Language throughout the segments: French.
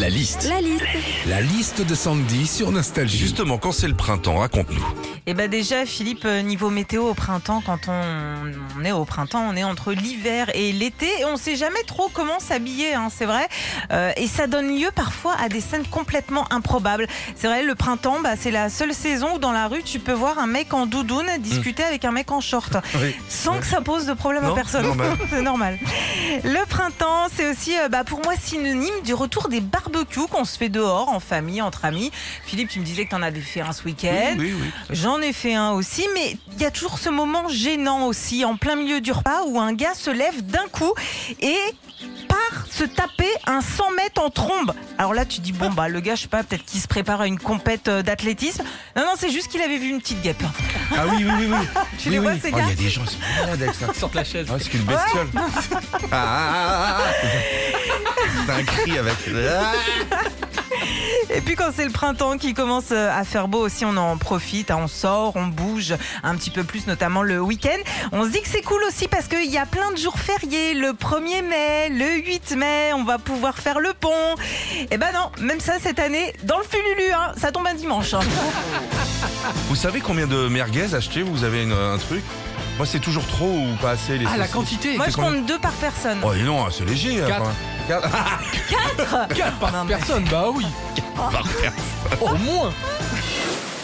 liste. La liste. La liste de Sandy sur Nostalgie. Justement, quand c'est le printemps, raconte-nous. Et ben déjà, Philippe, euh, niveau météo au printemps, quand on, on est au printemps, on est entre l'hiver et l'été et on sait jamais trop comment s'habiller, hein, c'est vrai. Euh, et ça donne lieu parfois à des scènes complètement improbables. C'est vrai, le printemps, bah, c'est la seule saison où dans la rue, tu peux voir un mec en doudoune Mmh. discuter avec un mec en short. Sans que ça pose de problème Non, à personne. normal. c'est normal. Le printemps, c'est aussi euh, bah, pour moi synonyme du retour des barbecues qu'on se fait dehors, en famille, entre amis. Philippe, tu me disais que tu en avais fait un ce week-end. Oui, oui. J'en ai fait un aussi, mais il y a toujours ce moment gênant aussi, en plein milieu du repas, où un gars se lève d'un coup et part se taper un 100 mètres en trombe. Alors là, tu dis, bon, bah, le gars, je sais pas, peut-être qu'il se prépare à une compète euh, d'athlétisme. Non, non, c'est juste qu'il avait vu une petite guêpe. Ah oui, oui, oui. oui. Tu Oui, les vois, oui. ces Oh, gars Il y a des gens, qui sont malades avec ça. Sorte la chaise. Ah, c'est qu'une bestiole. Ah, ah, ah, ah. T'as un cri avec. Ah. Et puis quand c'est le printemps qui commence euh, à faire beau aussi, on en profite, hein, on sort, on bouge un petit peu plus, notamment le week-end. On se dit que c'est cool aussi parce qu'il y a plein de jours fériés, le 1er mai, le 8 mai, on va pouvoir faire le pont. Et ben non, même ça cette année, dans le Fululu, hein, ça tombe un dimanche. hein. Vous savez combien de merguez acheter Vous avez une- un truc Moi, c'est toujours trop ou pas assez les Ah, la saucisses. quantité Moi je combien compte deux par personne. Oh, et non, c'est léger. hein, Quatre. quand même. Quatre. Ah, Quatre Non, par mais- personne, bah oui Au moins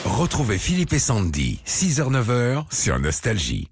Retrouvez Philippe et Sandy, 6h-9h sur Nostalgie.